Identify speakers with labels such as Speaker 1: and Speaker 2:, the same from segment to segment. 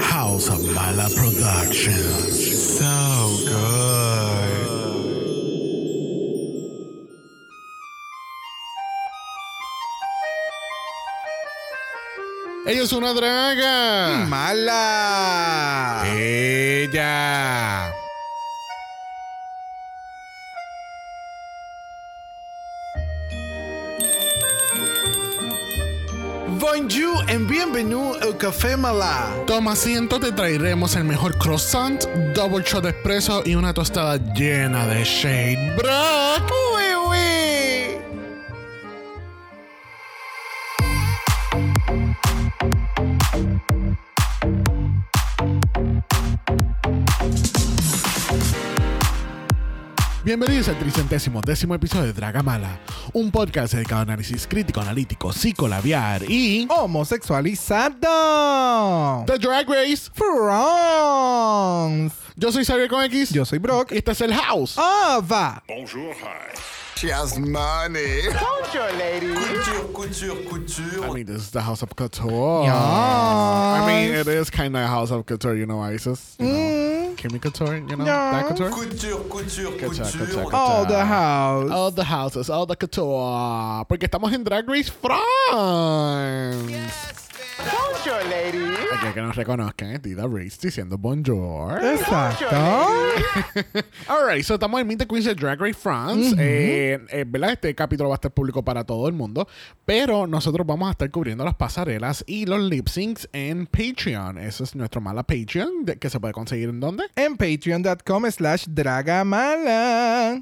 Speaker 1: House of Mala Productions.
Speaker 2: So good.
Speaker 3: Ella es una draga.
Speaker 2: Mala.
Speaker 3: Ella.
Speaker 2: Bonjour and bienvenue al Café Mala.
Speaker 3: Toma asiento, te traeremos el mejor croissant, double shot expreso y una tostada llena de shade brock. Uy, uy. Bienvenidos al tricentésimo décimo episodio de Dragamala, un podcast dedicado a análisis crítico, analítico, psicolabiar y
Speaker 2: Homosexualizado.
Speaker 3: The Drag Race.
Speaker 2: Thrones.
Speaker 3: Yo soy Xavier con X.
Speaker 2: Yo soy Brock. Oh.
Speaker 3: Y este es el House.
Speaker 2: Ava.
Speaker 1: Bonjour, hi.
Speaker 4: She has money.
Speaker 5: Couture, couture, couture.
Speaker 3: I mean, this is the House of Couture.
Speaker 2: Yes.
Speaker 3: Oh, I mean, it is kind of House of Couture, you know, Isis. You know,
Speaker 2: Mm.
Speaker 3: Kimmy Couture, you know, that
Speaker 2: Yes.
Speaker 3: Couture.
Speaker 5: Couture, couture,
Speaker 3: Cacha, cacha,
Speaker 5: couture.
Speaker 3: cacha.
Speaker 2: All the house.
Speaker 3: All the houses, all the couture. Porque estamos en Drag Race France. Aquí que nos reconozcan, eh, Tida Race diciendo bonjour.
Speaker 2: Exacto.
Speaker 3: Alright, so estamos en Meet the Queens de Drag Race France. Eh, eh, ¿Verdad? Este capítulo va a estar público para todo el mundo. Pero nosotros vamos a estar cubriendo las pasarelas y los lip syncs en Patreon. Ese es nuestro mala Patreon, de- que se puede conseguir en dónde.
Speaker 2: En patreon.com slash dragamala.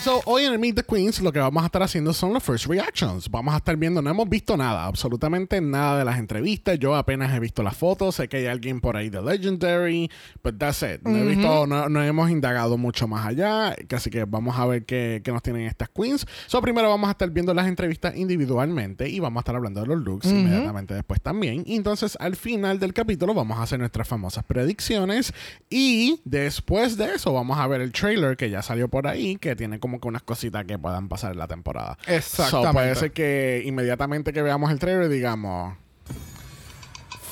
Speaker 3: So, hoy en el Meet the Queens lo que vamos a estar haciendo son los first reactions. Vamos a estar viendo, no hemos visto nada, absolutamente nada de las entrevistas. Yo apenas he visto las fotos, sé que hay alguien por ahí de Legendary, but that's it. No, he visto, no, no hemos indagado mucho más allá, que así que vamos a ver qué, qué nos tienen estas queens. So, primero vamos a estar viendo las entrevistas individualmente y vamos a estar hablando de los looks inmediatamente después también. Y entonces, al final del capítulo, vamos a hacer nuestras famosas predicciones y después de eso vamos a ver el trailer que ya salió por ahí, que tiene como que unas cositas que puedan pasar en la temporada.
Speaker 2: Exactamente.
Speaker 3: So, puede ser que inmediatamente que veamos el trailer digamos,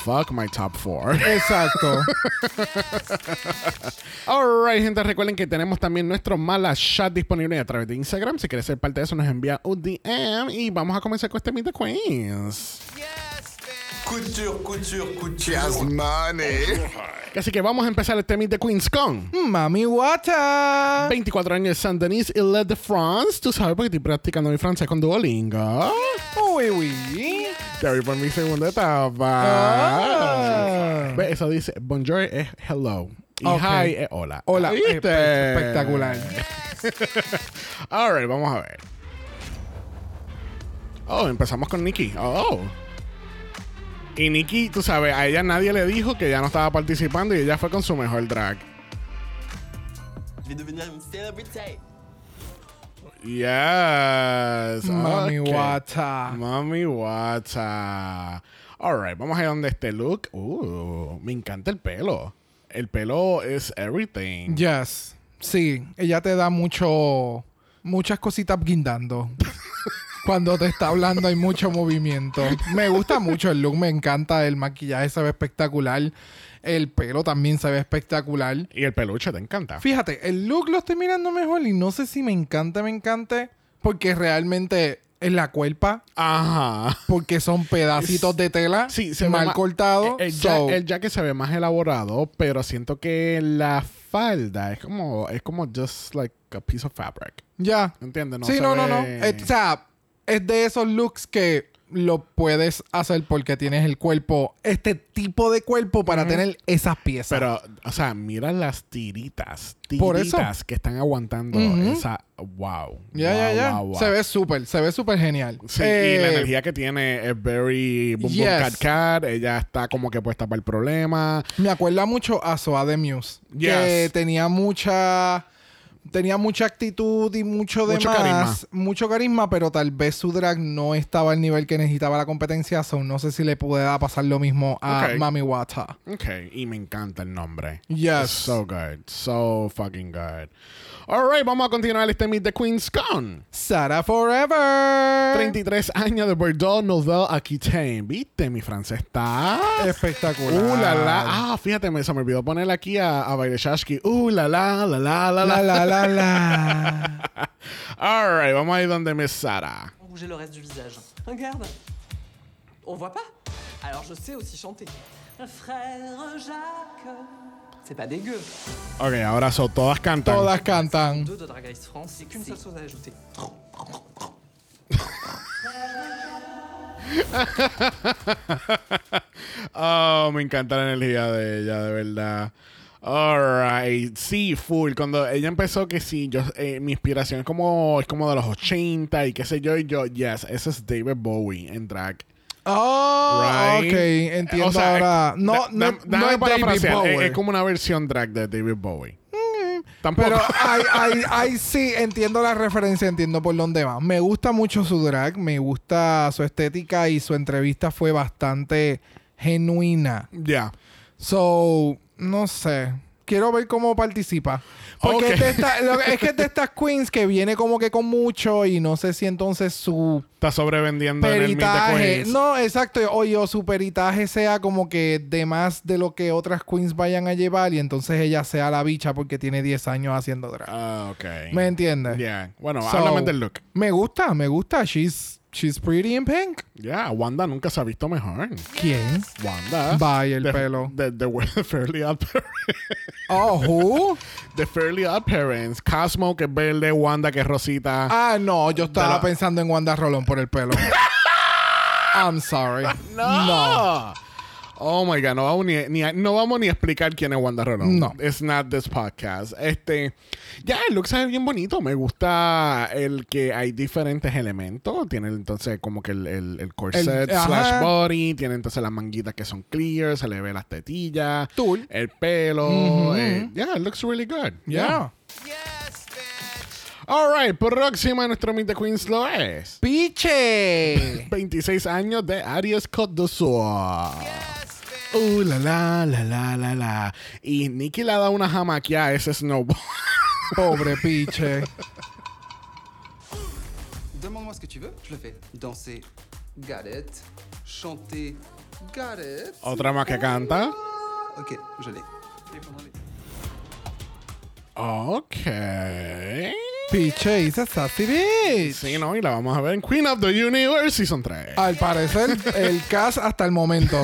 Speaker 3: fuck my top four.
Speaker 2: Exacto.
Speaker 3: Alright, gente, recuerden que tenemos también nuestro mala chat disponible a través de Instagram. Si quieres ser parte de eso, nos envía un DM y vamos a comenzar con este Meet the Queens.
Speaker 5: Couture, couture,
Speaker 4: She has
Speaker 5: couture.
Speaker 4: money.
Speaker 3: Así que vamos a empezar este Meet the Queens con
Speaker 2: Mami Wata.
Speaker 3: 24 años de San Denis y Le de France. Tú sabes porque estoy practicando mi francés con Duolingo.
Speaker 2: Uy, uy.
Speaker 3: Te voy por mi segunda
Speaker 2: Ah.
Speaker 3: etapa. Ve, Eso dice, bonjour es hello. Y
Speaker 2: Ok.
Speaker 3: hi es hola.
Speaker 2: Hola.
Speaker 3: ¿Viste?
Speaker 2: espe- Espectacular.
Speaker 3: Alright, vamos a ver. Oh, empezamos con Nikki. Oh. Y Nikki, tú sabes, a ella nadie le dijo que ya no estaba participando y ella fue con su mejor drag.
Speaker 5: Je vais devenir une célébrité.
Speaker 3: Yes.
Speaker 2: Mami
Speaker 3: Ok.
Speaker 2: Wata.
Speaker 3: Mami Wata. Alright, vamos a ir donde este look. Uh, me encanta el pelo. El pelo es everything.
Speaker 2: Yes. Sí, ella te da mucho muchas cositas guindando. Cuando te está hablando hay mucho movimiento. Me gusta mucho el look, me encanta el maquillaje, se ve espectacular. El pelo también se ve espectacular.
Speaker 3: Y el peluche te encanta.
Speaker 2: Ah. Fíjate, el look lo estoy mirando mejor y no sé si me encanta, me encanta, porque realmente es la cuerpa,
Speaker 3: Ajá.
Speaker 2: porque son pedacitos de tela
Speaker 3: Sí, se ve
Speaker 2: mal
Speaker 3: ma-
Speaker 2: cortado.
Speaker 3: El, el
Speaker 2: so-
Speaker 3: ja- el jacket se ve más elaborado, pero siento que la falda es como, es como just like a piece of fabric.
Speaker 2: ya.
Speaker 3: ¿Entiendes?
Speaker 2: sí,
Speaker 3: se
Speaker 2: no, no,
Speaker 3: ve-
Speaker 2: no. Eh, o sea, es de esos looks que lo puedes hacer porque tienes el cuerpo, este tipo de cuerpo para tener esas piezas.
Speaker 3: Pero, o sea, mira las tiritas. Tiritas
Speaker 2: Por eso.
Speaker 3: que están aguantando
Speaker 2: Ujú.
Speaker 3: esa. Wow.
Speaker 2: ya,
Speaker 3: Wow,
Speaker 2: ya, ya.
Speaker 3: wow, wow.
Speaker 2: Se ve súper, se ve súper genial.
Speaker 3: Sí, y
Speaker 2: Eh,
Speaker 3: la energía que tiene es very boom boom
Speaker 2: Yes.
Speaker 3: cat cat. Ella está como que puesta para el problema.
Speaker 2: Me acuerda mucho a Soa de Muse. Que
Speaker 3: Yes.
Speaker 2: tenía mucha. tenía mucha actitud y mucho de
Speaker 3: Mucho
Speaker 2: más,
Speaker 3: carisma.
Speaker 2: mucho carisma, pero tal vez su drag no estaba al nivel que necesitaba la competencia, so no sé si le pueda pasar lo mismo a
Speaker 3: Ok.
Speaker 2: Mami Wata.
Speaker 3: Okay, y me encanta el nombre.
Speaker 2: Yes.
Speaker 3: So good. So fucking good. All right, vamos a continuar este Meet the Queens con
Speaker 2: Sara
Speaker 3: Eh.
Speaker 2: Forever.
Speaker 3: 33 años de Bordeaux Nouvelle Aquitaine. ¿Viste? Mi francés está...
Speaker 2: Espectacular.
Speaker 3: Uh, la, la. Ah, fíjate, me, se me olvidó poner aquí a, a Baile Shashki. Uh, la, la, la, la, la, la.
Speaker 2: La la la la.
Speaker 3: All right, vamos a ir donde me Sara.
Speaker 5: Bouger le reste du visage. Regarde. On voit pas. Alors je sais aussi chanter. Frère Jacques. C'est pas dégueu.
Speaker 3: Ok, ahora son todas cantan.
Speaker 2: Todas cantan.
Speaker 5: Deux de Drag Race France, c'est qu'une seule chose à ajouter.
Speaker 3: Oh, me encanta la energía de ella, de verdad. Alright, sí, full. Cuando ella empezó, que sí, yo, eh, mi inspiración es como, es como de los 80 y qué sé yo, y yo, yes, ese es David Bowie en drag.
Speaker 2: Oh,
Speaker 3: Right.
Speaker 2: ok. Entiendo
Speaker 3: O sea,
Speaker 2: ahora.
Speaker 3: eh,
Speaker 2: No,
Speaker 3: da-
Speaker 2: no,
Speaker 3: da-
Speaker 2: no
Speaker 3: dame
Speaker 2: es David
Speaker 3: parafrasear, eh,
Speaker 2: Bowie. Mm,
Speaker 3: Es, es como una versión drag de David Bowie. Tampoco.
Speaker 2: Pero ay, ay, ay, sí, entiendo la referencia, entiendo por dónde va. Me gusta mucho su drag, me gusta su estética y su entrevista fue bastante genuina.
Speaker 3: Ya.
Speaker 2: So, no sé. Quiero ver cómo participa. Porque
Speaker 3: Ok.
Speaker 2: es, de esta- lo- es que es de estas queens que viene como que con mucho y no sé si entonces su
Speaker 3: Está sobrevendiendo en el Meet the
Speaker 2: peritaje.
Speaker 3: Queens.
Speaker 2: No, exacto. Oye, o su peritaje sea como que de más de lo que otras queens vayan a llevar y entonces ella sea la bicha porque tiene 10 años haciendo drag.
Speaker 3: Ah, ok.
Speaker 2: ¿Me entiendes?
Speaker 3: Yeah. Bueno,
Speaker 2: So-
Speaker 3: háblame del look.
Speaker 2: Me gusta, me gusta. She's, she's pretty in pink.
Speaker 3: Yeah, Wanda nunca se ha visto mejor.
Speaker 2: ¿Quién?
Speaker 3: Wanda.
Speaker 2: Bye, el
Speaker 3: de,
Speaker 2: pelo.
Speaker 3: De, de, de Fairly Odd Parents.
Speaker 2: Oh, who?
Speaker 3: de Fairly Odd Parents. Cosmo, que es verde. Wanda, que es rosita.
Speaker 2: Ah, no, yo estaba
Speaker 3: la-
Speaker 2: pensando en Wanda Rolón por el pelo. I'm sorry.
Speaker 3: no. Oh my God, no vamos ni, ni a- no vamos ni a explicar quién es Wanda Rolón.
Speaker 2: No.
Speaker 3: It's not this podcast. Este, ya, el look se ve bien bonito. Me gusta el que hay diferentes elementos. Tiene entonces como que el, el- el corset
Speaker 2: El-
Speaker 3: slash
Speaker 2: ajá.
Speaker 3: body. Tiene entonces las manguitas que son clear. Se le ve las tetillas.
Speaker 2: Tul.
Speaker 3: El pelo. eh, yeah, it looks really good.
Speaker 2: Yeah.
Speaker 3: All right, próxima a nuestro Meet the Queens lo es.
Speaker 2: ¡Piche!
Speaker 3: 26 años de Aries Côte d'Azur. Uh, la, la, la, la, la, la. Y Nikki le ha dado una jamaquia a ese snowball.
Speaker 2: Pobre piche.
Speaker 6: Demande-moi ce que tu veux, je le fais. Danser, galette. Chanter, galette.
Speaker 5: Oh.
Speaker 3: Otra más que canta.
Speaker 6: Ok, je l'ai.
Speaker 3: Ok.
Speaker 2: Piche is a sassy bitch.
Speaker 3: Sí, no, y la vamos a ver en Queen of the Universe Season 3.
Speaker 2: Al parecer, el cast hasta el momento.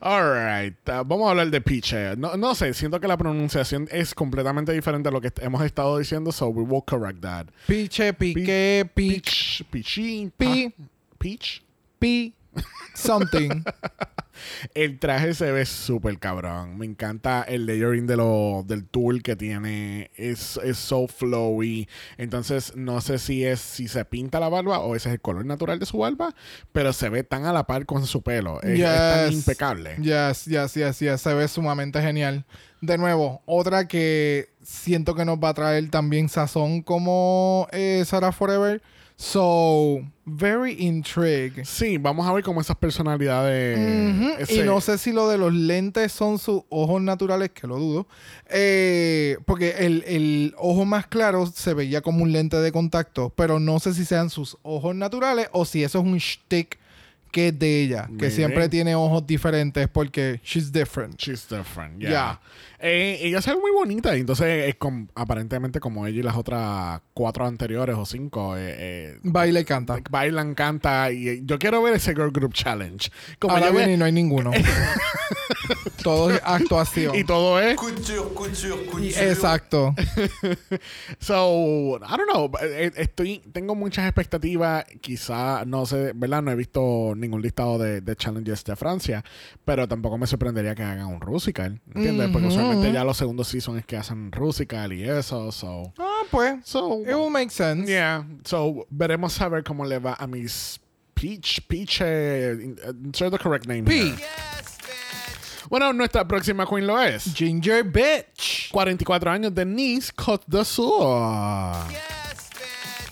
Speaker 3: All right, uh, vamos a hablar de Piche. No, no sé, siento que la pronunciación es completamente diferente a lo que est- hemos estado diciendo, so we will correct that.
Speaker 2: Piche, pique, piche,
Speaker 3: Peach, Pichi,
Speaker 2: Pi.
Speaker 3: pa- Peach.
Speaker 2: pi, something.
Speaker 3: El traje se ve súper cabrón. Me encanta el layering de lo, del tool que tiene. Es, es so flowy. Entonces, no sé si es si se pinta la barba o ese es el color natural de su barba, pero se ve tan a la par con su pelo. Es, es tan
Speaker 2: Yes.
Speaker 3: impecable.
Speaker 2: Yes, yes, yes, yes. Se ve sumamente genial. De nuevo, otra que siento que nos va a traer también sazón como eh, Sarah Forever. So, very intrigued. Eh,
Speaker 3: Sí, vamos a ver cómo esas personalidades.
Speaker 2: Y
Speaker 3: ese-
Speaker 2: no sé si lo de los lentes son sus ojos naturales, que lo dudo. Eh, porque el, el ojo más claro se veía como un lente de contacto, pero no sé si sean sus ojos naturales o si eso es un shtick que es de ella, que
Speaker 3: Muy
Speaker 2: siempre
Speaker 3: bien.
Speaker 2: tiene ojos diferentes porque she's different.
Speaker 3: She's different, yeah.
Speaker 2: Yeah.
Speaker 3: Eh, ella se ve muy bonita, y entonces es com- aparentemente como ella y las otras cuatro anteriores o cinco, eh, eh,
Speaker 2: Baila y canta.
Speaker 3: bailan, canta y eh, yo quiero ver ese girl group challenge. Como
Speaker 2: Ahora
Speaker 3: ella ve-
Speaker 2: viene y no hay ninguno. Todo es actuación.
Speaker 3: y todo es
Speaker 5: Couture, couture, couture.
Speaker 2: Exacto.
Speaker 3: so I don't know eh, eh, estoy tengo muchas expectativas quizá no sé verdad no he visto ningún listado de, de challenges de Francia pero tampoco me sorprendería que hagan un Rusical ¿entiendes? porque usualmente ya los segundos seasons es que hacen Rusical y eso so
Speaker 2: Ah, pues.
Speaker 3: so
Speaker 2: It will make sense.
Speaker 3: yeah so veremos a ver cómo le va a mis Peach Peach eh, insert the correct name
Speaker 2: P.
Speaker 3: here. bueno nuestra próxima queen lo es
Speaker 2: Ginger Bitch.
Speaker 3: 44 años de Nice Côte d'Azur.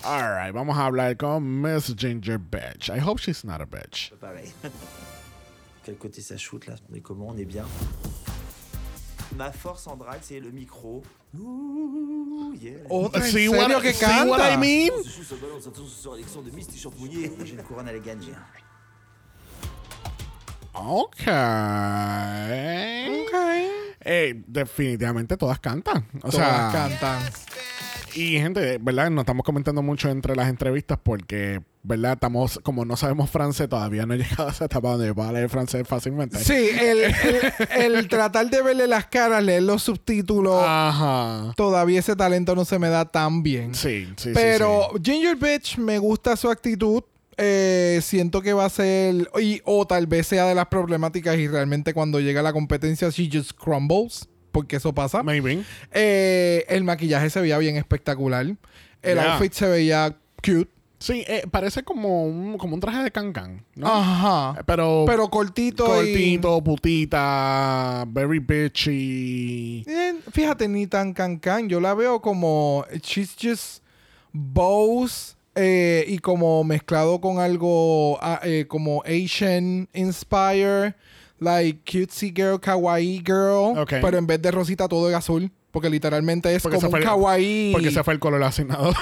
Speaker 3: Alright, vamos a hablar con Miss Ginger Bitch. I hope she's not a bitch.
Speaker 7: Pareil. Quel côté ça shoot là On est comment On est bien Ma force en drague, c'est le micro. Ouh, yeah.
Speaker 2: Otra en
Speaker 3: See
Speaker 2: serio
Speaker 3: what,
Speaker 2: que
Speaker 3: see what I
Speaker 2: canta.
Speaker 3: mean?
Speaker 7: Oh. On se sous, se balance, on se sort Alexandre de Mist, t-shirt mouillé. J'ai une couronne à la gagner.
Speaker 3: Okay. Eh, definitivamente todas cantan. O sea,
Speaker 2: Todas cantan.
Speaker 3: Y gente, ¿verdad? No estamos comentando mucho entre las entrevistas porque, ¿verdad? Estamos, como no sabemos francés, todavía no he llegado a esa etapa donde yo pueda leer francés fácilmente.
Speaker 2: Sí, el, el- el tratar de verle las caras, leer los subtítulos,
Speaker 3: Ajá.
Speaker 2: todavía ese talento no se me da tan bien.
Speaker 3: Sí, sí, sí,
Speaker 2: Pero
Speaker 3: sí.
Speaker 2: Ginger Bitch me gusta su actitud. Eh, siento que va a ser. Y, o tal vez sea de las problemáticas y realmente cuando llega la competencia, she just crumbles. Porque eso pasa.
Speaker 3: Maybe.
Speaker 2: Eh, el maquillaje se veía bien espectacular. El
Speaker 3: Yeah.
Speaker 2: outfit se veía cute.
Speaker 3: Sí, eh, parece como un, como un traje de cancan, ¿no?
Speaker 2: Ajá.
Speaker 3: Pero,
Speaker 2: Ah, Pero cortito, y-
Speaker 3: Ah. cortito, putita, very bitchy.
Speaker 2: Eh, fíjate, ni tan cancan. Yo la veo como. She's just bows. eh, y como mezclado con algo ah, eh, como Asian inspire. Like cutesy girl, kawaii girl.
Speaker 3: Ok.
Speaker 2: Pero en vez de rosita, todo es azul. Porque literalmente es
Speaker 3: Porque
Speaker 2: como
Speaker 3: se
Speaker 2: un
Speaker 3: fue-
Speaker 2: kawaii.
Speaker 3: Porque ese fue el color asignado.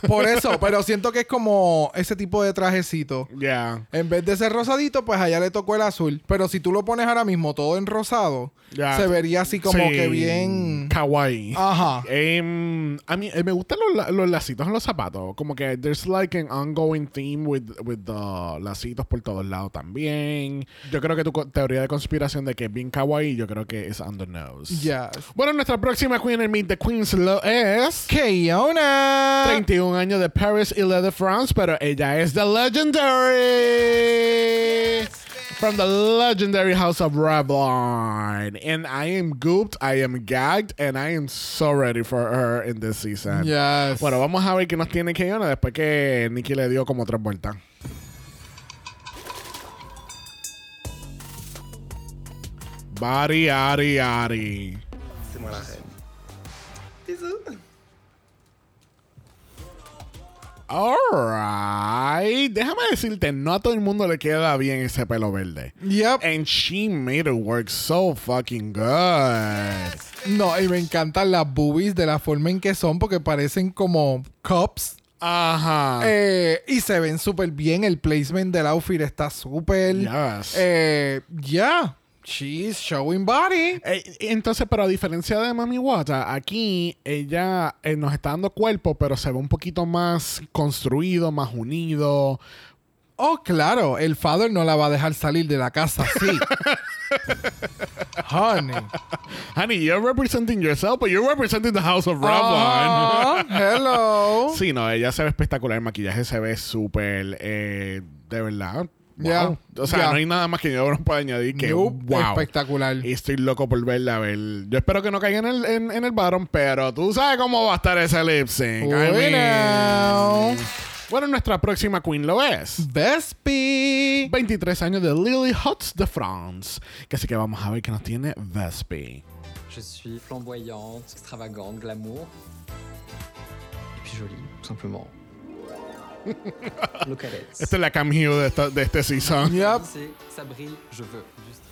Speaker 2: Por eso, pero siento que es como ese tipo de trajecito.
Speaker 3: yeah.
Speaker 2: En vez de ser rosadito, pues allá le tocó el azul. Pero si tú lo pones ahora mismo todo en rosado,
Speaker 3: Ya.
Speaker 2: se vería así como
Speaker 3: Sí,
Speaker 2: que bien.
Speaker 3: Kawaii.
Speaker 2: Ajá.
Speaker 3: Em, a mí eh, me gustan los, la- los lacitos en los zapatos. Como que there's like an ongoing theme with, with the lacitos por todos lados también. Yo creo que tu co- teoría de conspiración de que es bien kawaii, yo creo que es on the nose.
Speaker 2: Yes.
Speaker 3: Bueno, nuestra próxima Queen and Meet the Queens lo es.
Speaker 2: Keona.
Speaker 3: 31 años de Paris y de France, pero ella es the legendary. From the legendary house of Revlon. And I am gooped, I am gagged, and I am so ready for her in this season.
Speaker 2: Yes.
Speaker 3: Bueno, vamos a ver qué nos tiene Keyona después que Nikki le dio como tres vueltas. Bari, Ari, Ari.
Speaker 8: C'est moi la reine.
Speaker 3: Alright. Déjame decirte, no a todo el mundo le queda bien ese pelo verde.
Speaker 2: Yep.
Speaker 3: And she made it work so fucking good.
Speaker 2: No, y me encantan las boobies de la forma en que son porque parecen como cups.
Speaker 3: Ajá.
Speaker 2: Eh, y se ven súper bien. El placement del outfit está súper.
Speaker 3: Yes.
Speaker 2: Eh, yeah. She's showing body.
Speaker 3: Eh, entonces, pero a diferencia de Mami Wata, aquí ella eh, nos está dando cuerpo, pero se ve un poquito más construido, más unido.
Speaker 2: Oh, claro. El father no la va a dejar salir de la casa sí Honey.
Speaker 3: Honey, you're representing yourself, but you're representing the house of Revlon.
Speaker 2: Ah, hello.
Speaker 3: Sí, no, ella se ve espectacular. El maquillaje se ve súper. eh, de verdad. Wow.
Speaker 2: Yeah.
Speaker 3: O sea,
Speaker 2: Yeah.
Speaker 3: no hay nada más que yo no pueda añadir que.
Speaker 2: Nope.
Speaker 3: Wow.
Speaker 2: Espectacular.
Speaker 3: Y estoy loco por verla. A ver. Yo espero que no caiga en el, en, en el barón, pero tú sabes cómo va a estar ese lip sync. I
Speaker 2: We
Speaker 3: mean.
Speaker 2: know.
Speaker 3: Bueno, nuestra próxima queen lo es.
Speaker 2: Vespi.
Speaker 3: 23 años de Lily Hutz de France. Que así que vamos a ver qué nos tiene Vespi.
Speaker 5: Je suis flamboyante, extravagante, glamour. Et puis jolie, tout simplement. Look at it.
Speaker 3: Esta es la Cam Hugh de, esta- de este season.
Speaker 2: Yep.
Speaker 5: C'est ça brille, je veux. Juste.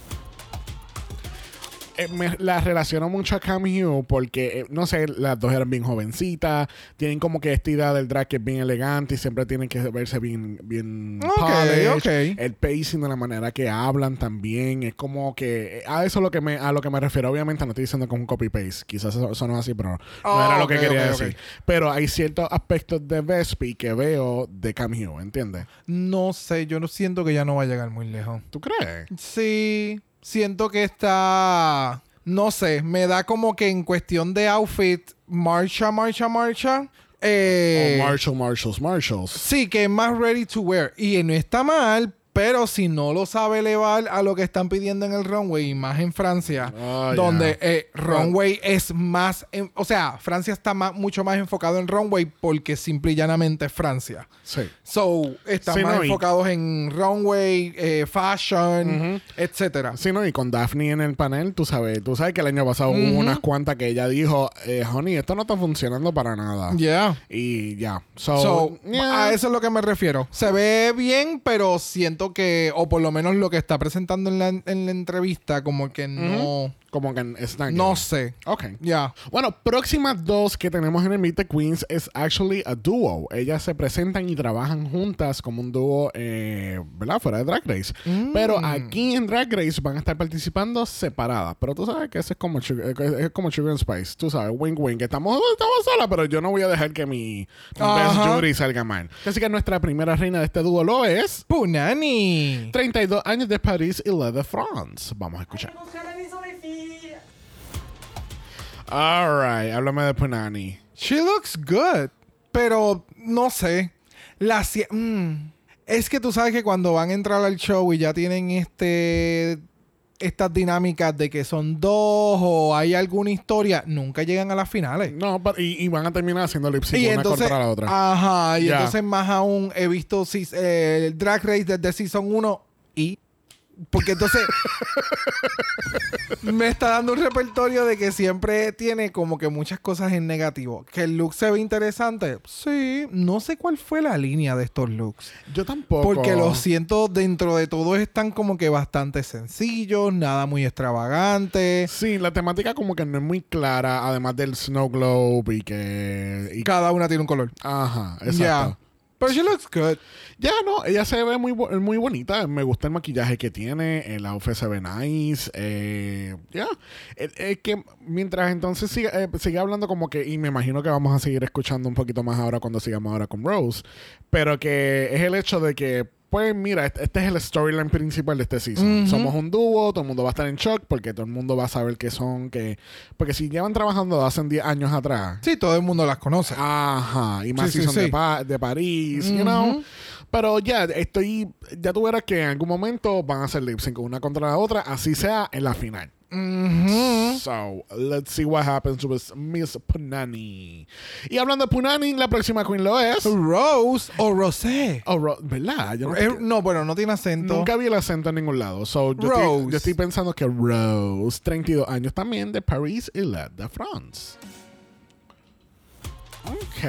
Speaker 3: eh, me la relaciono mucho a Cam Hugh porque, eh, no sé, las dos eran bien jovencitas, tienen como que esta idea del drag que es bien elegante y siempre tienen que verse bien, bien
Speaker 2: Ok,
Speaker 3: polished.
Speaker 2: ok.
Speaker 3: El pacing de la manera que hablan también es como que eh, a eso es lo que me, a lo que me refiero. Obviamente no estoy diciendo que es un copy paste, quizás eso, eso no es así, pero no,
Speaker 2: Oh,
Speaker 3: era lo que
Speaker 2: ok,
Speaker 3: quería
Speaker 2: ok,
Speaker 3: decir.
Speaker 2: ok.
Speaker 3: Pero hay ciertos aspectos de Vespi que veo de Cam Hugh, ¿entiendes?
Speaker 2: No sé, yo no siento que ya no va a llegar muy lejos.
Speaker 3: ¿Tú crees?
Speaker 2: Sí, siento que está. No sé, me da como que en cuestión de outfit, marcha, marcha, marcha. Eh,
Speaker 3: o Marshall, Marshalls, Marshalls.
Speaker 2: sí, que es más ready to wear. Y no está mal, Pero si no lo sabe elevar a lo que están pidiendo en el runway, y más en Francia,
Speaker 3: Oh,
Speaker 2: donde
Speaker 3: yeah.
Speaker 2: eh, runway es más. en- o sea, Francia está más- mucho más enfocado en runway porque simple y llanamente es Francia.
Speaker 3: Sí.
Speaker 2: So, están
Speaker 3: Sí,
Speaker 2: más
Speaker 3: no, y-
Speaker 2: enfocados en runway, eh, fashion, etcétera.
Speaker 3: Sí, no, y con Daphne en el panel, tú sabes, tú sabes que el año pasado hubo unas cuantas que ella dijo, eh, honey, esto no está funcionando para nada.
Speaker 2: Yeah.
Speaker 3: Y ya. So,
Speaker 2: So,
Speaker 3: yeah.
Speaker 2: a eso es lo que me refiero. Se ve bien, pero siento que, o por lo menos lo que está presentando en la, en la entrevista, como que no.
Speaker 3: Como que es tan-
Speaker 2: No sé.
Speaker 3: Ok.
Speaker 2: Ya.
Speaker 3: Bueno, próximas dos que tenemos en el Meet the Queens es actually a duo. Ellas se presentan y trabajan juntas como un dúo, eh, ¿verdad? Fuera de Drag Race. Pero aquí en Drag Race van a estar participando separadas. Pero tú sabes que eso es como, Sugar- eh, que es como Sugar and Spice. Tú sabes, wing wing. Que estamos, estamos solas, pero yo no voy a dejar que mi best
Speaker 2: Ajá.
Speaker 3: jury salga mal. Así que nuestra primera reina de este dúo lo es
Speaker 2: Punani.
Speaker 3: 32 años de Paris y la de France. Vamos a escuchar.
Speaker 5: Rentrez à la maison, les filles
Speaker 3: All right, háblame de Punani.
Speaker 2: She looks good. Pero no sé. La sie- mm. Es que tú sabes que cuando van a entrar al show y ya tienen este. Estas dinámicas de que son dos o hay alguna historia, nunca llegan a las finales.
Speaker 3: No, pero- y, y van a terminar haciendo lip sync
Speaker 2: y
Speaker 3: una
Speaker 2: entonces,
Speaker 3: contra la otra.
Speaker 2: Ajá, y
Speaker 3: Ya.
Speaker 2: entonces más aún he visto sis- eh, el Drag Race desde Season 1 y... Porque entonces me está dando un repertorio de que siempre tiene como que muchas cosas en negativo. Que el look se ve interesante. Sí, no sé cuál fue la línea de estos looks.
Speaker 3: Yo tampoco.
Speaker 2: Porque los siento dentro de todos están como que bastante sencillos, nada muy extravagante.
Speaker 3: Sí, la temática como que no es muy clara, además del snow globe y que... y-
Speaker 2: Cada una tiene un color.
Speaker 3: Ajá,
Speaker 2: Ya.
Speaker 3: exacto.
Speaker 2: Pero she looks good.
Speaker 3: Ya no, ella se ve muy, bo- muy bonita, me gusta el maquillaje que tiene, el outfit se ve nice, eh, ya. Es es que mientras entonces siga, eh, sigue hablando como que, y me imagino que vamos a seguir escuchando un poquito más ahora cuando sigamos ahora con Rose, pero que es el hecho de que, pues mira, este, este es el storyline principal de este season. Somos un dúo, todo el mundo va a estar en shock porque todo el mundo va a saber qué son, que... Porque si llevan trabajando hace 10 años atrás,
Speaker 2: Sí, todo el mundo las conoce.
Speaker 3: Ajá, y más si
Speaker 2: Sí, sí,
Speaker 3: son
Speaker 2: sí.
Speaker 3: De, Pa- de París, you know. Pero ya, estoy. Ya tú verás que en algún momento van a hacer lip sync una contra la otra, así sea en la final. So, let's see what happens with Miss Punani. Y hablando de Punani, la próxima queen lo es.
Speaker 2: Rose o Rosé.
Speaker 3: Oh, Ro- ¿Verdad? Yo no-
Speaker 2: Eh, No, bueno, no tiene acento.
Speaker 3: Nunca vi el acento en ningún lado. So, yo, Estoy,
Speaker 2: Rose.
Speaker 3: yo estoy pensando que Rose, 32 años también, de París y la de France. Ok.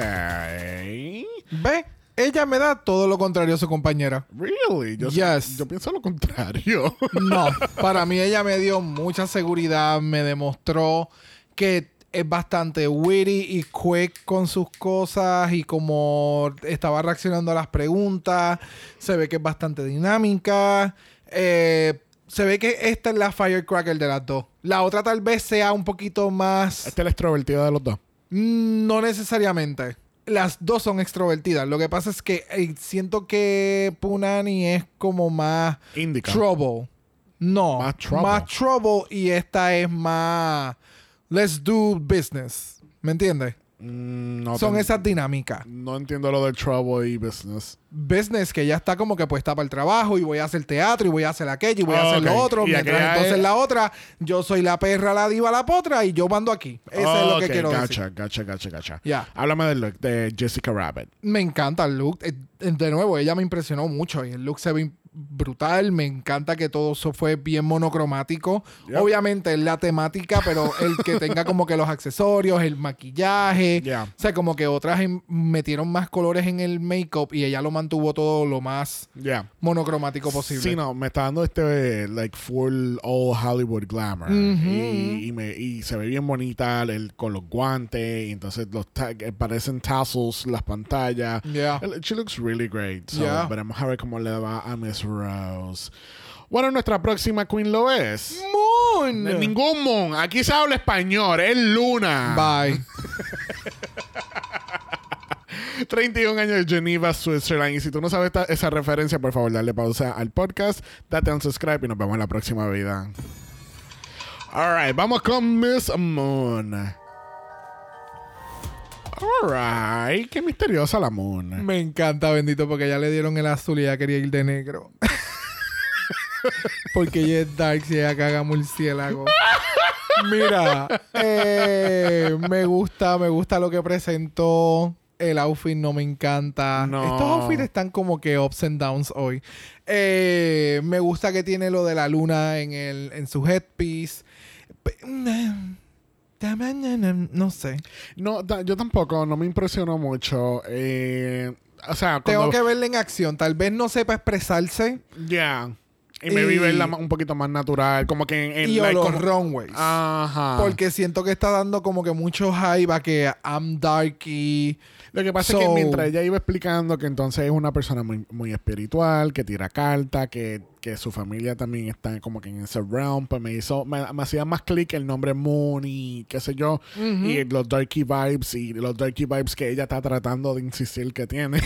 Speaker 2: ¿Ve? Ella me da todo lo contrario a su compañera.
Speaker 3: Really? Yo,
Speaker 2: Yes.
Speaker 3: yo pienso lo contrario.
Speaker 2: No, para mí ella me dio mucha seguridad, me demostró que es bastante witty y quick con sus cosas y como estaba reaccionando a las preguntas, se ve que es bastante dinámica, eh, se ve que esta es la firecracker de las dos. La otra tal vez sea un poquito más...
Speaker 3: Este es el extrovertido de los dos.
Speaker 2: Mm, No necesariamente. Las dos son extrovertidas. Lo que pasa es que eh, siento que Punani es como más
Speaker 3: Indica.
Speaker 2: trouble. No.
Speaker 3: Más trouble.
Speaker 2: Más trouble y esta es más let's do business. ¿Me entiendes?
Speaker 3: Mm, no,
Speaker 2: Son
Speaker 3: ten-
Speaker 2: esas dinámicas.
Speaker 3: no entiendo lo del trouble y business.
Speaker 2: Business que ya está como que puesta para el trabajo y voy a hacer teatro y voy a hacer aquello y voy
Speaker 3: Ah,
Speaker 2: a hacer lo
Speaker 3: ok.
Speaker 2: otro.
Speaker 3: Y
Speaker 2: Mientras
Speaker 3: aquella
Speaker 2: entonces
Speaker 3: es-
Speaker 2: la otra, yo soy la perra, la diva, la potra y yo mando aquí. Eso es lo que
Speaker 3: Ok,
Speaker 2: quiero
Speaker 3: gacha,
Speaker 2: decir.
Speaker 3: Gacha, gacha, gacha.
Speaker 2: Ya.
Speaker 3: Háblame del look de Jessica Rabbit.
Speaker 2: Me encanta el look. Eh, eh, De nuevo, ella me impresionó mucho y el look se ve im- brutal. Me encanta que todo eso fue bien monocromático.
Speaker 3: Yep.
Speaker 2: Obviamente es la temática, pero el que tenga como que los accesorios, el maquillaje.
Speaker 3: Yeah.
Speaker 2: O sea, como que otras em- metieron más colores en el make-up y ella lo mantuvo todo lo más
Speaker 3: Yeah.
Speaker 2: monocromático posible.
Speaker 3: Sí, no, me está dando este, eh, like, full all Hollywood glamour. y, y me- y se ve bien bonita el- con los guantes, y entonces los tag- eh, parecen tassels, las pantallas.
Speaker 2: Yeah.
Speaker 3: El- She looks really great. So,
Speaker 2: Yeah.
Speaker 3: veremos a ver cómo le va a Miss Rose. Bueno, nuestra próxima queen lo es.
Speaker 2: Moon.
Speaker 3: Eh, Ningún mon. Aquí se habla español. Es Luna.
Speaker 2: Bye.
Speaker 3: 31 años de Geneva, Switzerland. Y si tú no sabes esta- esa referencia, por favor, dale pausa al podcast, date un subscribe y nos vemos en la próxima vida. Alright, vamos con Miss Moon. Alright, qué misteriosa la Moon.
Speaker 2: Me encanta, bendito, porque ya le dieron el azul y ya quería ir de negro. Porque ella es dark si ella caga murciélago. Mira, eh, me gusta, me gusta lo que presentó. El outfit no me encanta.
Speaker 3: No.
Speaker 2: Estos outfits están como que ups and downs hoy. Eh, me gusta que tiene lo de la luna en, el, en su headpiece. Pe- mm, No sé.
Speaker 3: No, ta- yo tampoco, no me impresionó mucho. Eh, o sea,
Speaker 2: Tengo
Speaker 3: cuando-
Speaker 2: que verla en acción. Tal vez no sepa expresarse.
Speaker 3: Ya. Y me
Speaker 2: Y-
Speaker 3: vi verla ma- un poquito más natural, como que en, en
Speaker 2: y o
Speaker 3: like,
Speaker 2: los
Speaker 3: como-
Speaker 2: runways.
Speaker 3: Ah. Ajá.
Speaker 2: Porque siento que está dando como que mucho hype a que I'm darky.
Speaker 3: Lo que pasa es
Speaker 2: So-
Speaker 3: que mientras ella iba explicando que entonces es una persona muy, muy espiritual, que tira carta, que, que su familia también está como que en ese realm, pues me hizo, me, me hacía más clic el nombre Moon y qué sé yo, y los darky vibes y los darky vibes que ella está tratando de insistir que tiene.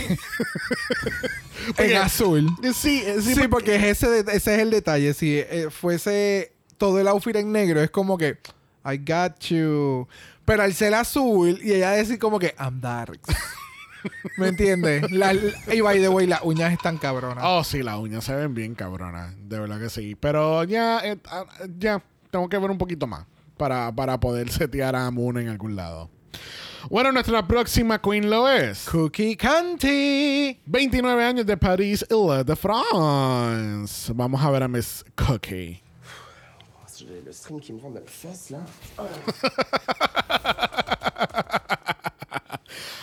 Speaker 3: Porque-
Speaker 2: en azul.
Speaker 3: sí, eh, sí,
Speaker 2: Sí,
Speaker 3: porque-
Speaker 2: porque es ese, de- ese es el detalle. Si eh, fuese todo el outfit en negro, es como que I got you. Pero al ser azul, y ella decir como que I'm dark. ¿Me entiendes? La- la- y by the way, las uñas están cabronas.
Speaker 3: Oh, sí, las uñas se ven bien cabronas, de verdad que sí. Pero ya, eh, ah, ya, tengo que ver un poquito más para, para poder setear a Moon en algún lado. Bueno, nuestra próxima queen lo es.
Speaker 2: Cookie Canty.
Speaker 3: 29 años de París, Ile de France. Vamos a ver a Miss Cookie.
Speaker 7: Ah,
Speaker 8: J'ai le string qui me rentre dans la face là.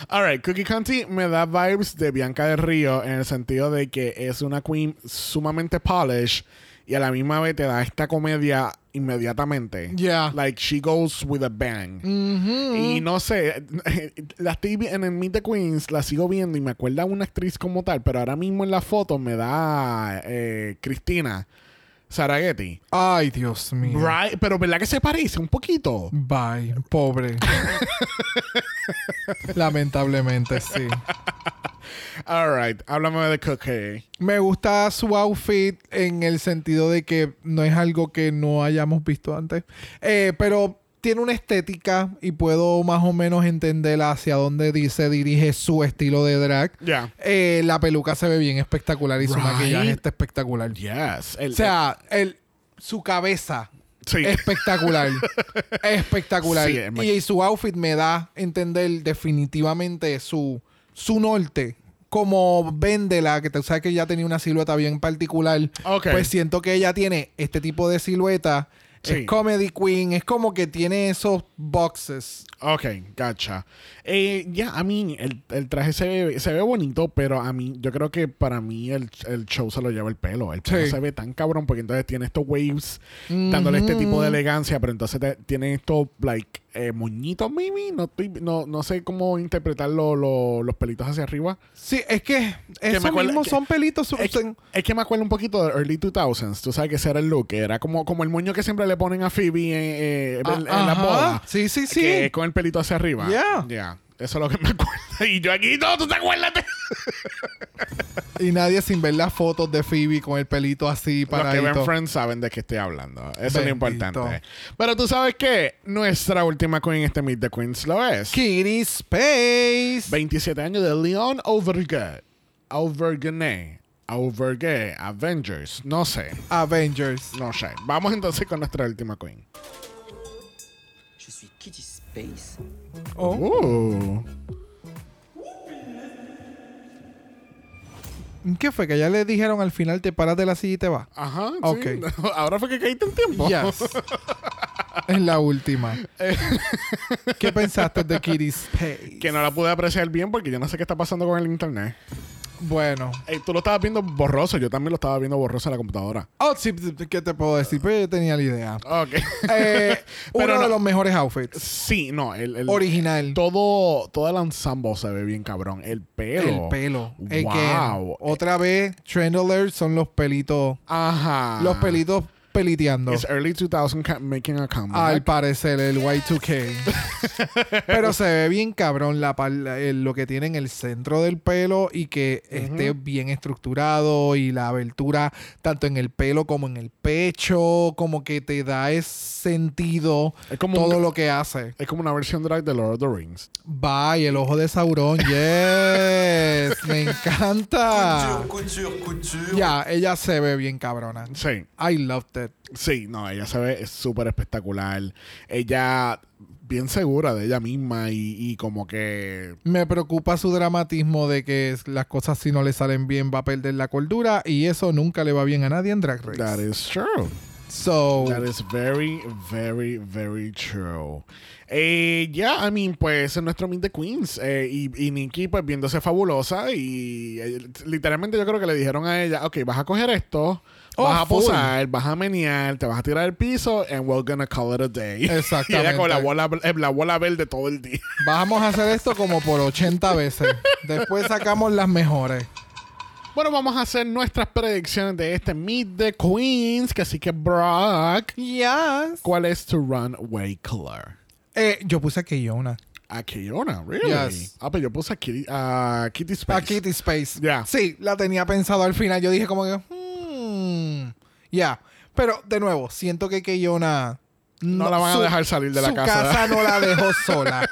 Speaker 3: All right, Cookie Conti me da vibes de Bianca del Río en el sentido de que es una queen sumamente polished y a la misma vez te da esta comedia inmediatamente.
Speaker 2: Yeah. Mm-hmm.
Speaker 3: Like she goes with a bang. Y no sé, la estoy vi- en el Meet the Queens, la sigo viendo y me acuerda a una actriz como tal, pero ahora mismo en la foto me da eh, Cristina Saraghetti.
Speaker 2: Ay, Dios mío.
Speaker 3: Right, pero ¿verdad que se parece un poquito?
Speaker 2: Bye, pobre. Lamentablemente, sí.
Speaker 3: All right, háblame de Cookie.
Speaker 2: Me gusta su outfit en el sentido de que no es algo que no hayamos visto antes. Eh, pero tiene una estética y puedo más o menos entender hacia dónde di- se dirige su estilo de drag.
Speaker 3: Yeah.
Speaker 2: Eh, la peluca se ve bien espectacular y su
Speaker 3: Right.
Speaker 2: maquillaje está espectacular.
Speaker 3: Yes. El-
Speaker 2: O sea, el, su cabeza
Speaker 3: sí.
Speaker 2: espectacular. espectacular.
Speaker 3: Sí, es muy-
Speaker 2: y, y su outfit me da entender definitivamente su, su norte. Como Vendela, que tú sabes que ella tenía una silueta bien particular.
Speaker 3: Ok.
Speaker 2: Pues siento que ella tiene este tipo de silueta.
Speaker 3: Sí.
Speaker 2: Es comedy queen. Es como que tiene esos boxes.
Speaker 3: Ok, gotcha. Eh, ya, a mí, el, el traje se ve, se ve bonito, pero a mí, yo creo que para mí el, el show se lo lleva el pelo. El pelo
Speaker 2: Sí.
Speaker 3: se ve tan cabrón porque entonces tiene estos waves dándole este tipo de elegancia, pero entonces te- tiene estos, like, eh, moñitos, maybe. No, estoy, no, no sé cómo interpretar lo- lo- los pelitos hacia arriba.
Speaker 2: Sí, es que eso
Speaker 3: me acuerda-
Speaker 2: mismo
Speaker 3: que-
Speaker 2: son pelitos. son-
Speaker 3: Es que, es que me acuerdo un poquito de early 2000s. Tú sabes que ese era el look. Era como, como el moño que siempre le ponen a Phoebe en, eh, en- en la
Speaker 2: Ah, Ajá.
Speaker 3: boda.
Speaker 2: Sí, sí, sí.
Speaker 3: Que es con el pelito hacia arriba.
Speaker 2: Yeah.
Speaker 3: Yeah. Eso es lo que me acuerdo. Y yo aquí, no, tú te acuerdas. de-
Speaker 2: Y nadie sin ver las fotos de Phoebe con el pelito así
Speaker 3: Los que ven
Speaker 2: paradito.
Speaker 3: Friends saben de qué estoy hablando. Eso es lo
Speaker 2: Bendito.
Speaker 3: importante. Pero tú sabes que nuestra última queen, en este Meet the Queens, lo es.
Speaker 2: Kitty Space.
Speaker 3: 27 años de Leon Overgate. Overgate. Overgate. Avengers. No sé.
Speaker 2: Avengers.
Speaker 3: No sé. Vamos entonces con nuestra última queen.
Speaker 6: Je suis Kitty Space.
Speaker 2: Oh.
Speaker 3: Uh.
Speaker 2: ¿Qué fue? Que ya le dijeron al final te paras de la silla y te vas.
Speaker 3: Ajá. sí.
Speaker 2: Ok.
Speaker 3: Ahora fue que caíste en tiempo.
Speaker 2: Yes. es la última. ¿Qué pensaste de Kitty Space?
Speaker 3: Que no la pude apreciar bien porque yo no sé qué está pasando con el internet.
Speaker 2: Bueno.
Speaker 3: Ey, tú lo estabas viendo borroso, yo también lo estaba viendo borroso en la computadora.
Speaker 2: Oh, sí, sí, ¿qué te puedo decir? Pero yo tenía la idea.
Speaker 3: Ok.
Speaker 2: Eh, uno
Speaker 3: Pero
Speaker 2: de
Speaker 3: no.
Speaker 2: los mejores outfits.
Speaker 3: sí, no, el, el-
Speaker 2: Original.
Speaker 3: Todo, todo el ensemble se ve bien cabrón. El pelo.
Speaker 2: El pelo. Es que
Speaker 3: Wow.
Speaker 2: otra vez, Trend Alert son los pelitos.
Speaker 3: Ajá.
Speaker 2: Los pelitos peliteando.
Speaker 3: It's early 2000 ca- making a
Speaker 2: Al
Speaker 3: comeback.
Speaker 2: parecer, el Y2K. Pero se ve bien cabrón la, par- eh, lo que tiene en el centro del pelo y que esté bien estructurado y la abertura tanto en el pelo como en el pecho, como que te da ese sentido
Speaker 3: Es como
Speaker 2: todo
Speaker 3: un-
Speaker 2: lo que hace.
Speaker 3: Es como una versión drag de Lord of the Rings.
Speaker 2: Bye, el ojo de Sauron, yes, me encanta.
Speaker 7: Couture, couture, couture.
Speaker 2: Ya, ella se ve bien cabrona.
Speaker 3: Sí.
Speaker 2: I loved it.
Speaker 3: Sí, no, ella se ve súper espectacular. Ella bien segura de ella misma y, y como que...
Speaker 2: Me preocupa su dramatismo de que es- las cosas si no le salen bien va a perder la cordura y eso nunca le va bien a nadie en Drag Race.
Speaker 3: That is true.
Speaker 2: So,
Speaker 3: pues, That is very, very, very true. Eh, yeah, I mean, pues es nuestro Meet the Queens. Eh, y, y Nikki, pues viéndose fabulosa. Y eh, literalmente yo creo que le dijeron a ella: Ok, vas a coger esto,
Speaker 2: Oh,
Speaker 3: vas a
Speaker 2: full.
Speaker 3: posar, vas a menear, te vas a tirar al piso, and we're gonna call it a day. y ella con la
Speaker 2: Exactamente.
Speaker 3: bola, eh, la bola verde todo el día.
Speaker 2: vamos a hacer esto como por 80 veces. Después sacamos las mejores.
Speaker 3: Bueno, vamos a hacer nuestras predicciones de este Meet the Queens. Que así que, Brock,
Speaker 2: Yes.
Speaker 3: ¿cuál es tu runway color?
Speaker 2: Eh, yo puse a Keyona.
Speaker 3: A Kiona, really?
Speaker 2: Yes.
Speaker 3: Ah, pero yo puse a Kitty, a Kitty Space.
Speaker 2: A Kitty Space.
Speaker 3: Yeah.
Speaker 2: Sí, la tenía pensado al final. Yo dije como que, hmm, ya. Pero, de nuevo, siento que Keyona...
Speaker 3: No la van a dejar salir de la
Speaker 2: su
Speaker 3: casa.
Speaker 2: casa no la dejó sola.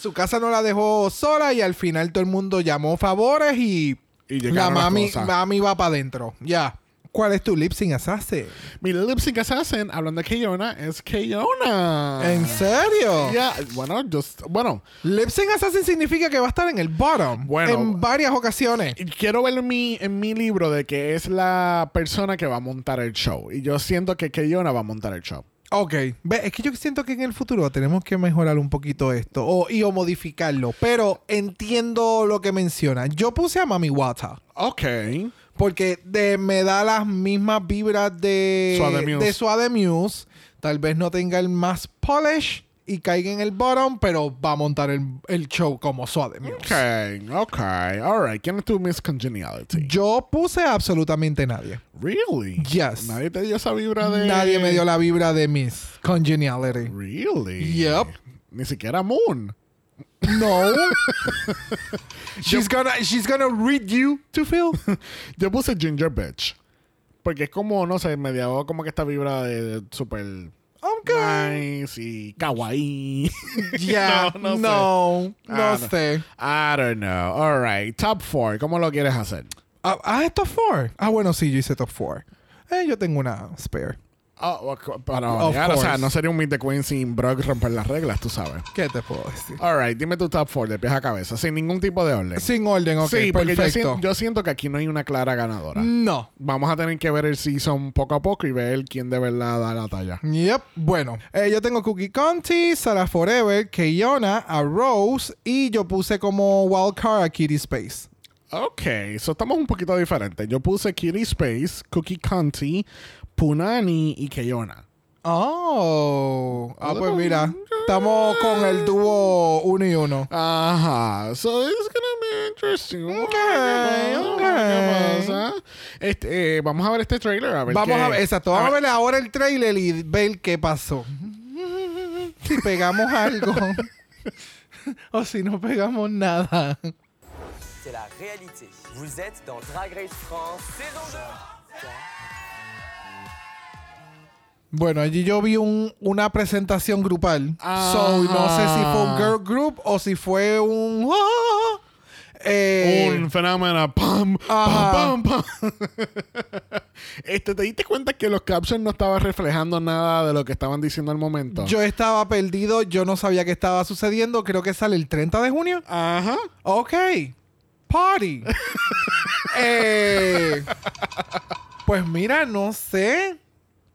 Speaker 2: su casa no la dejó sola y al final todo el mundo llamó favores y,
Speaker 3: Y
Speaker 2: la
Speaker 3: llegaron las
Speaker 2: mami,
Speaker 3: cosas.
Speaker 2: mami va para adentro. Ya. ¿Cuál es tu lip sync assassin?
Speaker 3: Mi lip sync assassin, hablando de Kiona, es Kiona.
Speaker 2: ¿En serio?
Speaker 3: Yeah, bueno, just, bueno,
Speaker 2: Lip sync assassin significa que va a estar en el bottom.
Speaker 3: Bueno.
Speaker 2: en varias ocasiones.
Speaker 3: y quiero ver en mi, en mi libro de que es la persona que va a montar el show. Y yo siento que Kiona va a montar el show.
Speaker 2: Ok, Ve, es que yo siento que en el futuro tenemos que mejorar un poquito esto o, y o modificarlo, pero entiendo lo que menciona. Yo puse a Mami Wata
Speaker 3: Ok.
Speaker 2: porque de- me da las mismas vibras de
Speaker 3: Suade Muse.
Speaker 2: de Suade Muse. Tal vez no tenga el más polish y caiga en el bottom, pero va a montar el, el show como Suade Muse.
Speaker 3: Ok, ok. All right. ¿Quién es tu Miss Congeniality?
Speaker 2: Yo puse a absolutamente nadie.
Speaker 3: Really?
Speaker 2: Yes.
Speaker 3: Nadie te dio esa vibra de.
Speaker 2: Nadie me dio la vibra de Miss Congeniality.
Speaker 3: Really?
Speaker 2: Yep.
Speaker 3: Ni siquiera Moon.
Speaker 2: No. she's gonna she's gonna read you to Phil.
Speaker 3: Yo puse Ginger Bitch. Porque es como, no sé, me dio como que esta vibra de, de super
Speaker 2: Ok.
Speaker 3: nice y kawaii.
Speaker 2: Yeah.
Speaker 3: No, no sé.
Speaker 2: No, no,
Speaker 3: Ah, no.
Speaker 2: sé.
Speaker 3: I don't know. All right. Top 4. ¿Cómo lo quieres hacer?
Speaker 2: Ah, ah, es top 4. Ah, bueno, sí, yo hice top 4. Eh, yo tengo una spare.
Speaker 3: Oh, ok, para
Speaker 2: Of
Speaker 3: variar, o sea,
Speaker 2: course.
Speaker 3: no sería un Meet the Queen sin Brock romper las reglas, tú sabes.
Speaker 2: ¿Qué te puedo decir?
Speaker 3: All right. Dime tu top 4 de pies a cabeza, sin ningún tipo de orden.
Speaker 2: Sin orden, ok,
Speaker 3: sí, porque yo sien-
Speaker 2: perfecto. Mm.
Speaker 3: Yo, siento que aquí no hay una clara ganadora.
Speaker 2: No.
Speaker 3: Vamos a tener que ver el season poco a poco y ver quién de verdad da la talla.
Speaker 2: Yep, bueno. Eh, yo tengo Cookie Conti, Sarah Forever, Keyona, a Rose y yo puse como wildcard a Kitty Space.
Speaker 3: Ok, so estamos un poquito diferentes. Yo puse Kitty Space, Cookie Conti, Punani y Keyona.
Speaker 2: Oh, ah, pues mira, estamos con el dúo uno y uno.
Speaker 3: Ajá, so it's gonna be interesting. Vamos
Speaker 2: ok.
Speaker 3: a ver qué pasa. Este, eh, vamos a ver este trailer. A ver
Speaker 2: Vamos
Speaker 3: qué-
Speaker 2: a ver, exacto, vamos a ver ahora el trailer y ver qué pasó. Si pegamos algo o si no pegamos nada.
Speaker 5: C'est la réalité. Vous êtes dans Drag Race France saison
Speaker 2: Bueno, allí yo vi un- una presentación grupal.
Speaker 3: Ah.
Speaker 2: So, no sé si fue un girl group o si fue un. ah. Eh,
Speaker 3: Un fenómeno. Pam,
Speaker 2: Ajá.
Speaker 3: pam, pam, pam. este, ¿te diste cuenta que los captions no estaban reflejando nada de lo que estaban diciendo al momento?
Speaker 2: Yo estaba perdido, yo no sabía qué estaba sucediendo. Creo que sale el 30 de junio.
Speaker 3: Ajá.
Speaker 2: Ok. Party. Eh, pues mira, no sé.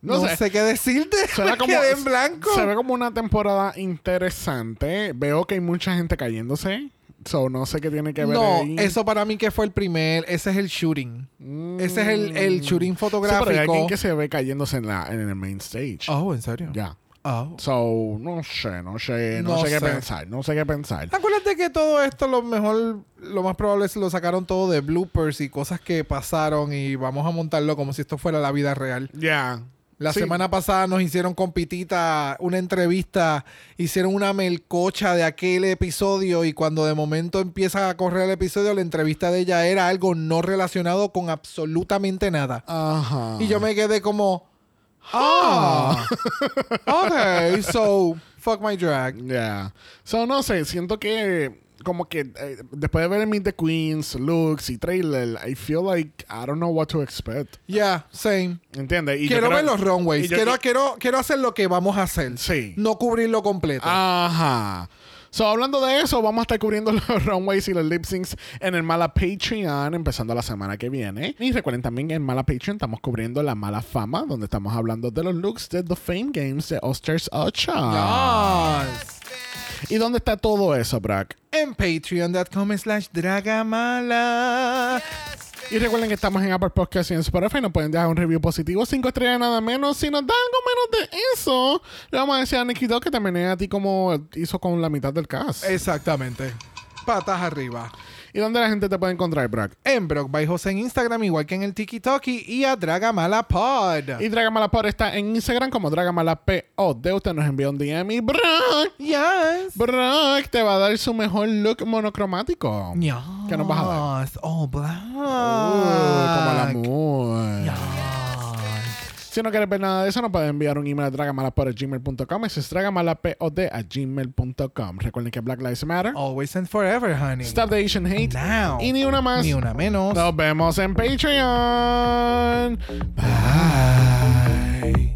Speaker 3: No
Speaker 2: No,
Speaker 3: sé.
Speaker 2: sé. qué decirte.
Speaker 3: Suena
Speaker 2: Me
Speaker 3: como-
Speaker 2: quedé en blanco.
Speaker 3: Se ve como una temporada interesante. Veo que hay mucha gente cayéndose. So, no sé qué tiene que ver
Speaker 2: No,
Speaker 3: ahí.
Speaker 2: eso para mí que fue el primer. Ese es el shooting. Ese es el, el shooting
Speaker 3: Mm. Sí, pero hay
Speaker 2: fotográfico.
Speaker 3: alguien que se ve cayéndose en, la, en el main stage.
Speaker 2: Oh, en serio.
Speaker 3: Ya.
Speaker 2: Oh.
Speaker 3: So, no sé, no sé, no,
Speaker 2: No
Speaker 3: sé, qué
Speaker 2: sé. Ah.
Speaker 3: pensar, no sé qué pensar.
Speaker 2: Acuérdate que todo esto, lo mejor, lo más probable es que lo sacaron todo de bloopers y cosas que pasaron y vamos a montarlo como si esto fuera la vida real.
Speaker 3: Ya.
Speaker 2: La
Speaker 3: Sí.
Speaker 2: semana pasada nos hicieron con Pitita una entrevista, hicieron una melcocha de aquel episodio y cuando de momento empieza a correr el episodio, la entrevista de ella era algo no relacionado con absolutamente nada.
Speaker 3: Ajá.
Speaker 2: Y yo me quedé como, ah,
Speaker 3: Ah.
Speaker 2: ok, so fuck my drag.
Speaker 3: Yeah. So, no sé, siento que como que eh, después de ver el Meet the Queens, looks y trailer, I feel like I don't know what to expect.
Speaker 2: Yeah, same.
Speaker 3: ¿Entiendes? Y yo
Speaker 2: quiero
Speaker 3: creo-
Speaker 2: ver los
Speaker 3: y
Speaker 2: runways.
Speaker 3: yo-
Speaker 2: Quiero,
Speaker 3: y-
Speaker 2: quiero, quiero hacer lo que vamos a hacer.
Speaker 3: Sí. Ah.
Speaker 2: No cubrirlo completo.
Speaker 3: Ajá. So, hablando de eso, vamos a estar cubriendo los runways y los lip syncs en el Mala Patreon, empezando la semana que viene. Y recuerden también que en Mala Patreon estamos cubriendo la mala fama, donde estamos hablando de los looks de The Fame Games de Osters 8.
Speaker 2: Yes.
Speaker 3: ¿Y dónde está todo eso, Brack?
Speaker 2: En patreon.com slash dragamala.
Speaker 3: Y recuerden que estamos en Apple Podcasts y en Spotify. Nos pueden dejar un review positivo, 5 estrellas nada menos. Si nos da algo menos de eso, le vamos a decir a Nicky Dog que también es a ti como hizo con la mitad del cast.
Speaker 2: Exactamente. Patas arriba.
Speaker 3: ¿Y dónde la gente te puede encontrar, Brack?
Speaker 2: En Brock by José en Instagram, igual que en el Tiki Toki y a Dragamala Pod.
Speaker 3: Y Dragamala Pod está en Instagram como Dragamala POD. Usted nos envió un DM y Brack,
Speaker 2: Yes.
Speaker 3: Brack te va a dar su mejor look monocromático.
Speaker 2: Yes.
Speaker 3: ¿Qué nos vas a dar?
Speaker 2: All black.
Speaker 3: Uh, como el amor. Si no quieres ver nada de eso, nos puedes enviar un email a dragamalapod.gmail.com. Eso es dragamalapod.gmail.com. Recuerden que Black Lives Matter.
Speaker 2: Always and forever, honey.
Speaker 3: Stop the Asian Hate.
Speaker 2: Now.
Speaker 3: Y ni una más.
Speaker 2: Ni una menos.
Speaker 3: Nos vemos en Patreon.
Speaker 2: Bye.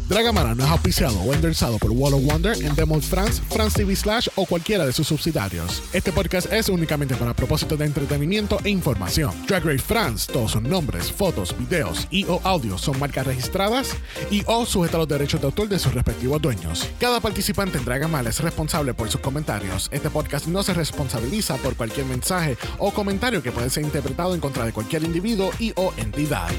Speaker 3: Dragamala no es auspiciado o endorsado por Wall of Wonder, Endemol France, France TV Slash o cualquiera de sus subsidiarios. Este podcast es únicamente para propósitos de entretenimiento e información. Drag Race France, todos sus nombres, fotos, videos y o audios son marcas registradas y o sujetas a los derechos de autor de sus respectivos dueños. Cada participante en Dragamala es responsable por sus comentarios. Este podcast no se responsabiliza por cualquier mensaje o comentario que puede ser interpretado en contra de cualquier individuo y o entidad.